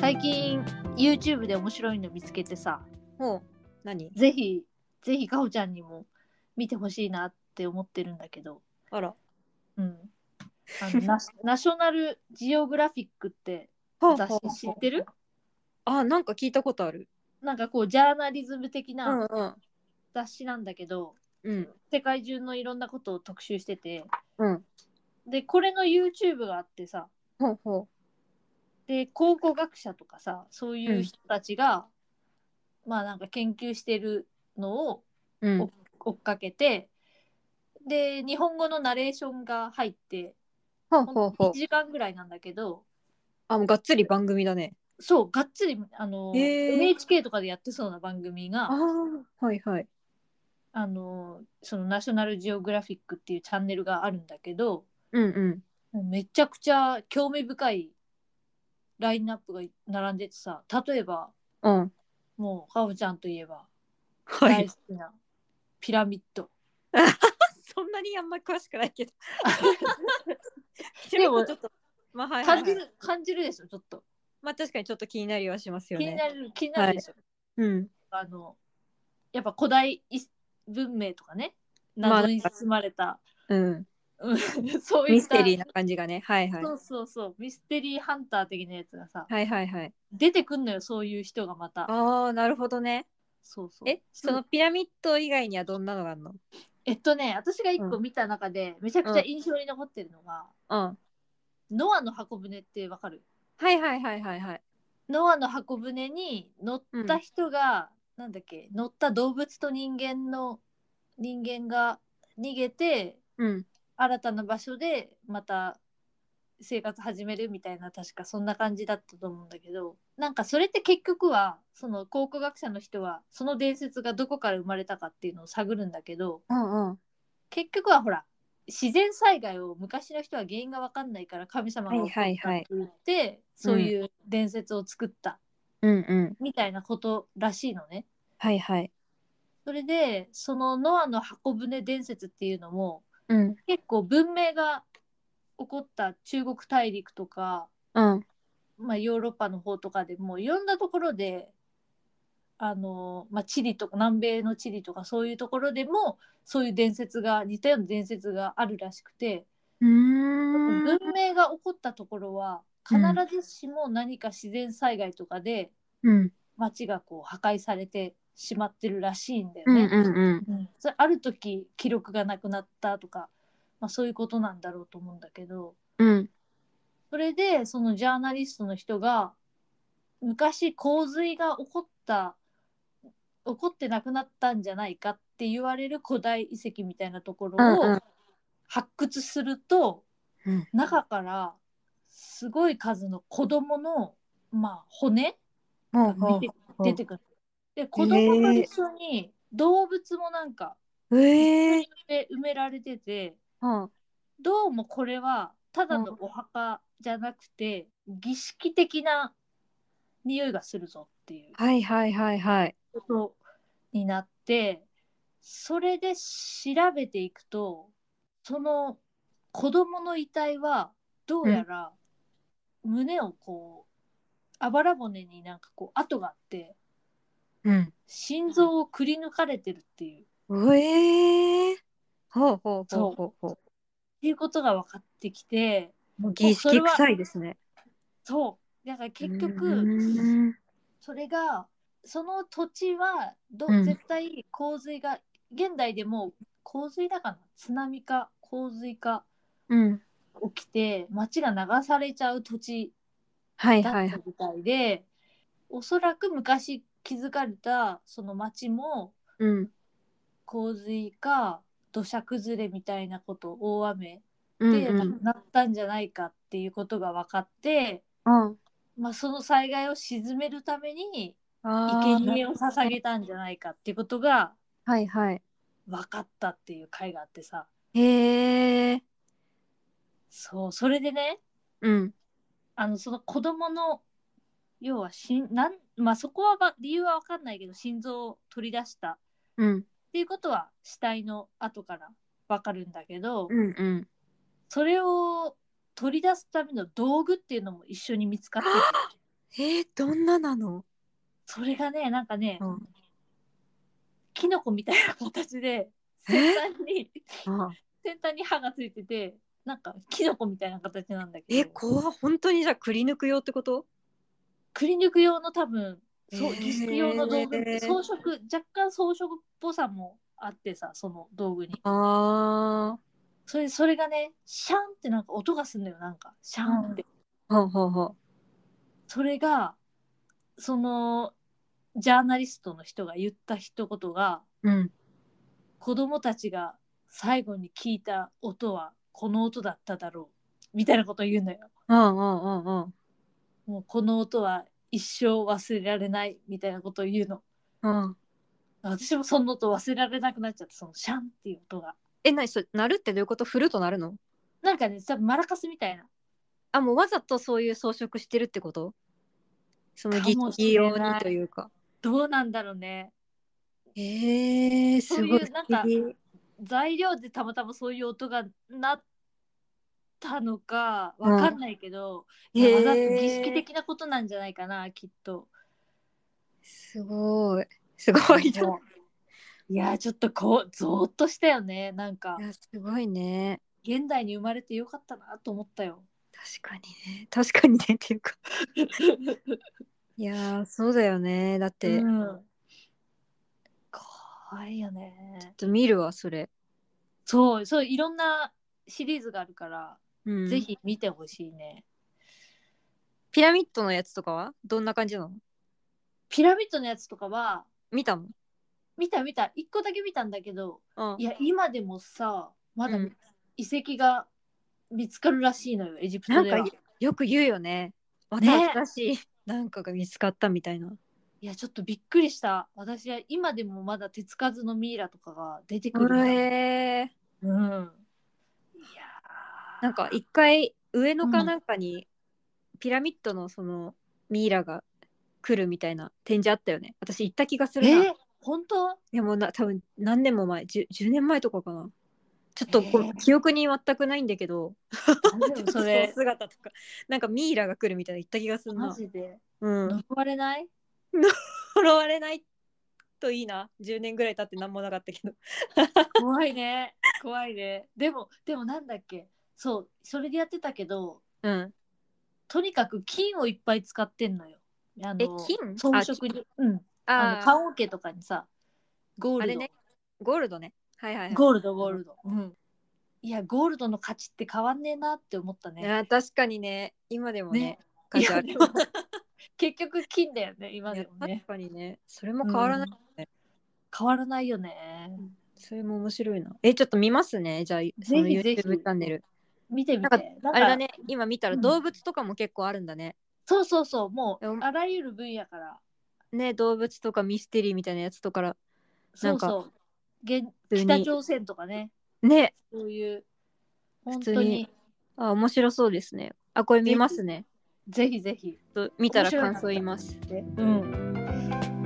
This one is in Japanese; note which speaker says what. Speaker 1: 最近 YouTube で面白いの見つけてさ
Speaker 2: ほう何
Speaker 1: ぜひぜひかほちゃんにも見てほしいなって思ってるんだけど、
Speaker 2: あら
Speaker 1: うん、あ のナシナショナルジオグラフィックって
Speaker 2: ほう
Speaker 1: 雑
Speaker 2: ほうほう
Speaker 1: 誌知ってる
Speaker 2: あなんか聞いたことある
Speaker 1: なんかこうジャーナリズム的
Speaker 2: うん
Speaker 1: な
Speaker 2: うん
Speaker 1: 雑誌なんだけど、
Speaker 2: うん
Speaker 1: 世界中のいろんなことを特集してて
Speaker 2: うん
Speaker 1: でこれの YouTube があってさ
Speaker 2: ほうほ
Speaker 1: で考古学者とかさそういう人たちが、まあなんか研究してるのを
Speaker 2: ううん
Speaker 1: 追っかけて、で日本語のナレーションが入って
Speaker 2: ほうほうほ
Speaker 1: 1
Speaker 2: う
Speaker 1: 時間ぐらいなんだけど
Speaker 2: あもうがっつり番組だね
Speaker 1: そうがっつりあの、
Speaker 2: へー
Speaker 1: NHK とかでやってそうな番組
Speaker 2: あ
Speaker 1: が
Speaker 2: あはいはい
Speaker 1: あのそのナショナルジオグラフィックっていうチャンネルがあるんだけど
Speaker 2: うんうん
Speaker 1: もうめちゃくちゃ興味深いラインナップが並んでてさ例えば
Speaker 2: うん
Speaker 1: もうかほちゃんといえば
Speaker 2: は
Speaker 1: 大
Speaker 2: い
Speaker 1: 好きなピラミッド、
Speaker 2: そんなにあんまり詳しくないけ ど
Speaker 1: でも
Speaker 2: ちょっとまあはいはい、
Speaker 1: 感じ
Speaker 2: はい、
Speaker 1: る感じるでしょちょっと
Speaker 2: まあ確かにちょっと気になりはしますよ
Speaker 1: 気に
Speaker 2: ね
Speaker 1: なる気になるでしょ、
Speaker 2: うん
Speaker 1: あのやっぱ古代い文明とかね
Speaker 2: まあ
Speaker 1: 謎に包まれた、
Speaker 2: うん
Speaker 1: うん、そうい
Speaker 2: ミ
Speaker 1: っ
Speaker 2: ス
Speaker 1: た
Speaker 2: テリーな感じがねはいはい
Speaker 1: そうそうそうミステリーハンター的なやつがさ
Speaker 2: はいはいはい
Speaker 1: 出てくんのよそういう人がまた
Speaker 2: ああなるほどね
Speaker 1: そうそう
Speaker 2: えそのピラミッド以外にはどんなのがあるの
Speaker 1: えっとね私が一個
Speaker 2: う
Speaker 1: 見た中でめちゃくちゃ印象に残ってるのが、
Speaker 2: うん
Speaker 1: ノアの箱舟ってわかる
Speaker 2: はいはいはいはいはい
Speaker 1: ノアの箱舟に乗った人が、なんだっけ乗った動物と人間の人間が逃げて
Speaker 2: うん
Speaker 1: 新たな場所でまた生活始めるみたいな確かそんな感じだったと思うんだけどなんかそれって結局はその考古学者の人はその伝説がどこから生まれたかっていうのを探るんだけど
Speaker 2: うんうん
Speaker 1: 結局はほら自然災害を昔の人は原因が分かんないから神様が怒った
Speaker 2: はい
Speaker 1: っ
Speaker 2: はいはい
Speaker 1: て言って、そういう伝説を作った
Speaker 2: うんうん
Speaker 1: みたいなことらしいのね。
Speaker 2: はいはい
Speaker 1: それでそのノアの箱舟伝説っていうのも
Speaker 2: うん
Speaker 1: 結構文明が起こった中国大陸とか、
Speaker 2: うん
Speaker 1: まあ、ヨーロッパの方とかでもういろんなところであの、まあ、チリとか南米のチリとかそういうところでもそういう伝説が似たような伝説があるらしくて
Speaker 2: うーん
Speaker 1: 文明が起こったところは必ずしも何か自然災害とかで
Speaker 2: うん
Speaker 1: 街がこう破壊されてしまってるらしいんだよ
Speaker 2: うん
Speaker 1: ね。
Speaker 2: うんうん
Speaker 1: うん、それある時記録がなくなったとか、まあ、そういうことなんだろうと思うんだけど
Speaker 2: うん
Speaker 1: それでそのジャーナリストの人が昔洪水が起こった起こってなくなったんじゃないかって言われる古代遺跡みたいなとこ
Speaker 2: うんう
Speaker 1: ろを発掘すると、
Speaker 2: うん
Speaker 1: 中からすごい数の子供のまあ骨
Speaker 2: ほ
Speaker 1: が
Speaker 2: うほう
Speaker 1: 出て
Speaker 2: ほう
Speaker 1: 出てくる。で子供と一緒に動物もなんか
Speaker 2: ええ
Speaker 1: で埋められてて
Speaker 2: うん
Speaker 1: どうもこれはただのお墓じゃなくて、儀式的な匂いがするぞっていう
Speaker 2: はいはいはいはい
Speaker 1: ことになってそれで調べていくとその子供の遺体はどうやら胸をこうあばら骨になんかこう跡があって
Speaker 2: うん
Speaker 1: 心臓をくり抜かれてるっていうっ
Speaker 2: うええほうほうほうほうほう
Speaker 1: ていうことが分かってきて
Speaker 2: もう儀式臭いですね
Speaker 1: そうだから結局、
Speaker 2: うん
Speaker 1: それがその土地はど、
Speaker 2: うん
Speaker 1: 絶対洪水が現代でも洪水だかな津波か洪水か
Speaker 2: うん
Speaker 1: 起きて町が流されちゃう土地
Speaker 2: はい
Speaker 1: だった
Speaker 2: はい
Speaker 1: み
Speaker 2: はい
Speaker 1: たいで、おそらく昔築かれたその町も
Speaker 2: うん
Speaker 1: 洪水か土砂崩れみたいなこと大雨
Speaker 2: うん
Speaker 1: で
Speaker 2: う
Speaker 1: なんくなったんじゃないかっていうことが分かって、
Speaker 2: うん
Speaker 1: まあ、その災害を鎮めるために
Speaker 2: あ
Speaker 1: 生
Speaker 2: ー
Speaker 1: 贄を捧げたんじゃないかっていうことが
Speaker 2: はいはい
Speaker 1: 分かったっていう回があってさ
Speaker 2: へえ
Speaker 1: そうそれでね
Speaker 2: うん
Speaker 1: あのその子供の要はしんなん、まあ、そこはば理由は分かんないけど心臓を取り出したっ
Speaker 2: うん
Speaker 1: ていうことは死体の後から分かるんだけど、
Speaker 2: うんうん
Speaker 1: それを取り出すための道具っていうのも一緒に見つかってて
Speaker 2: えー、どんななの
Speaker 1: それがねなんかね、
Speaker 2: うん
Speaker 1: キノコみたいな形で先
Speaker 2: え
Speaker 1: 端に
Speaker 2: あ
Speaker 1: 先端に歯がついててなんかキノコみたいな形なんだけ
Speaker 2: え
Speaker 1: ど
Speaker 2: 怖っ本当にじゃあくり抜く用ってこと
Speaker 1: くり抜く用の多分そう
Speaker 2: へー
Speaker 1: 儀式用の道具装飾若干装飾っぽさもあってさその道具に
Speaker 2: あ
Speaker 1: それそれがねシャンってなんか音がするのよなんかシャンって、
Speaker 2: あはあはあはあ
Speaker 1: それがそのジャーナリストの人が言った一言が
Speaker 2: うん
Speaker 1: 子供たちが最後に聞いた音はこの音だっただろうみたいなことを言うのよ
Speaker 2: うんうんうんうん
Speaker 1: もうこの音は一生忘れられないみたいなことを言うの
Speaker 2: うん
Speaker 1: 私もその音忘れられなくなっちゃってそのシャンっていう音が
Speaker 2: え何それ鳴るってどういうこと振ると鳴るの
Speaker 1: なんかね多分マラカスみたいな
Speaker 2: あもうわざとそういう装飾してるってことその
Speaker 1: か
Speaker 2: 儀
Speaker 1: もし
Speaker 2: 式
Speaker 1: れない
Speaker 2: 用にというか
Speaker 1: どうなんだろうね
Speaker 2: えー、すごい
Speaker 1: そういうなん
Speaker 2: 不
Speaker 1: か
Speaker 2: 思議
Speaker 1: 材料でたまたまそういう音がなったのかわかんないけど、いやわざと儀式
Speaker 2: えー
Speaker 1: 的なことなんじゃないかなきっと。
Speaker 2: すごいすごいな
Speaker 1: もういやちょっとこうゾーっとしたよねなんか
Speaker 2: いやすごいね
Speaker 1: 現代に生まれてよかったなと思ったよ。
Speaker 2: 確かにね確かにねっていうか いやーそうだよねだって、
Speaker 1: う
Speaker 2: ちょ
Speaker 1: ん、怖いよね
Speaker 2: っ。と見るわそれ、
Speaker 1: そうそういろんなシリーズがあるから、
Speaker 2: うん、
Speaker 1: ぜひ見てほしいね。
Speaker 2: ピラミッドのやつとかはどんな感じなの
Speaker 1: ピラミッドのやつとかは
Speaker 2: 見たの
Speaker 1: 見た見た一個だけ見たんだけど
Speaker 2: うん
Speaker 1: いや今でもさまだ
Speaker 2: うん
Speaker 1: 遺跡が見つかるらしいのよエジプ
Speaker 2: な
Speaker 1: ト
Speaker 2: ん
Speaker 1: では。
Speaker 2: かよく言うよねま
Speaker 1: ね
Speaker 2: た新しい、なんかが見つかったみたいない
Speaker 1: やちょっとびっくりした私は今でもまだ手つかずのミイラとかが出てくるの
Speaker 2: え
Speaker 1: う
Speaker 2: ー、
Speaker 1: んいやー
Speaker 2: なんか一回上野
Speaker 1: う
Speaker 2: か
Speaker 1: ん
Speaker 2: なんかにピラミッドのそのミイラが来るみたいな展示あったよね私行った気がす
Speaker 1: え
Speaker 2: るな、
Speaker 1: ー本当
Speaker 2: でもな多分何年も前 10, 10年前とかかなちょっとこう、
Speaker 1: えー
Speaker 2: 記憶に全くないんだけ ど
Speaker 1: 大 丈夫そ
Speaker 2: の
Speaker 1: れ
Speaker 2: 姿とかなんかミイラが来るみたいな言った気がする
Speaker 1: マ
Speaker 2: な
Speaker 1: ジで
Speaker 2: うん
Speaker 1: 呪われない
Speaker 2: 呪われないといいな10年ぐらい経って何もなかったけど
Speaker 1: 怖いね怖いねでもでもなんだっけそうそれでやってたけど
Speaker 2: うん
Speaker 1: とにかく金をいっぱい使ってんのよあの
Speaker 2: え金
Speaker 1: 装
Speaker 2: あ
Speaker 1: 飾にうんあの
Speaker 2: あ
Speaker 1: 棺桶とかにさゴー
Speaker 2: あ
Speaker 1: ル
Speaker 2: れ
Speaker 1: ド、
Speaker 2: ねゴールドねはいはい、はい、
Speaker 1: ゴールドゴールド、うん、いやゴールドの価値って変わんねえなって思ったね
Speaker 2: あー確かにね今でもね
Speaker 1: ね
Speaker 2: 価値あ
Speaker 1: い
Speaker 2: る
Speaker 1: やでも結局金だよね今でも
Speaker 2: 確
Speaker 1: ね
Speaker 2: かにねそれも変わらない、
Speaker 1: うん変わらないよね
Speaker 2: それも面白いなえちょっと見ますねじゃあその
Speaker 1: ぜひぜひ
Speaker 2: YouTube チャンネル
Speaker 1: 見てみて
Speaker 2: なん
Speaker 1: なんか
Speaker 2: あれだね今見たら
Speaker 1: うん
Speaker 2: 動物とかも結構あるんだね、
Speaker 1: そうそうそうも
Speaker 2: で
Speaker 1: う
Speaker 2: も
Speaker 1: あらゆる分野から
Speaker 2: ね動物とかミステリーみたいなやつとから
Speaker 1: そうそ
Speaker 2: な
Speaker 1: う現
Speaker 2: 普通に
Speaker 1: 北朝鮮とかね
Speaker 2: ね
Speaker 1: そういう本当
Speaker 2: 普通
Speaker 1: に
Speaker 2: にあ面白そうですねあこれ見ますね
Speaker 1: ぜひぜひ
Speaker 2: ちょっと見たら感想言います
Speaker 1: うん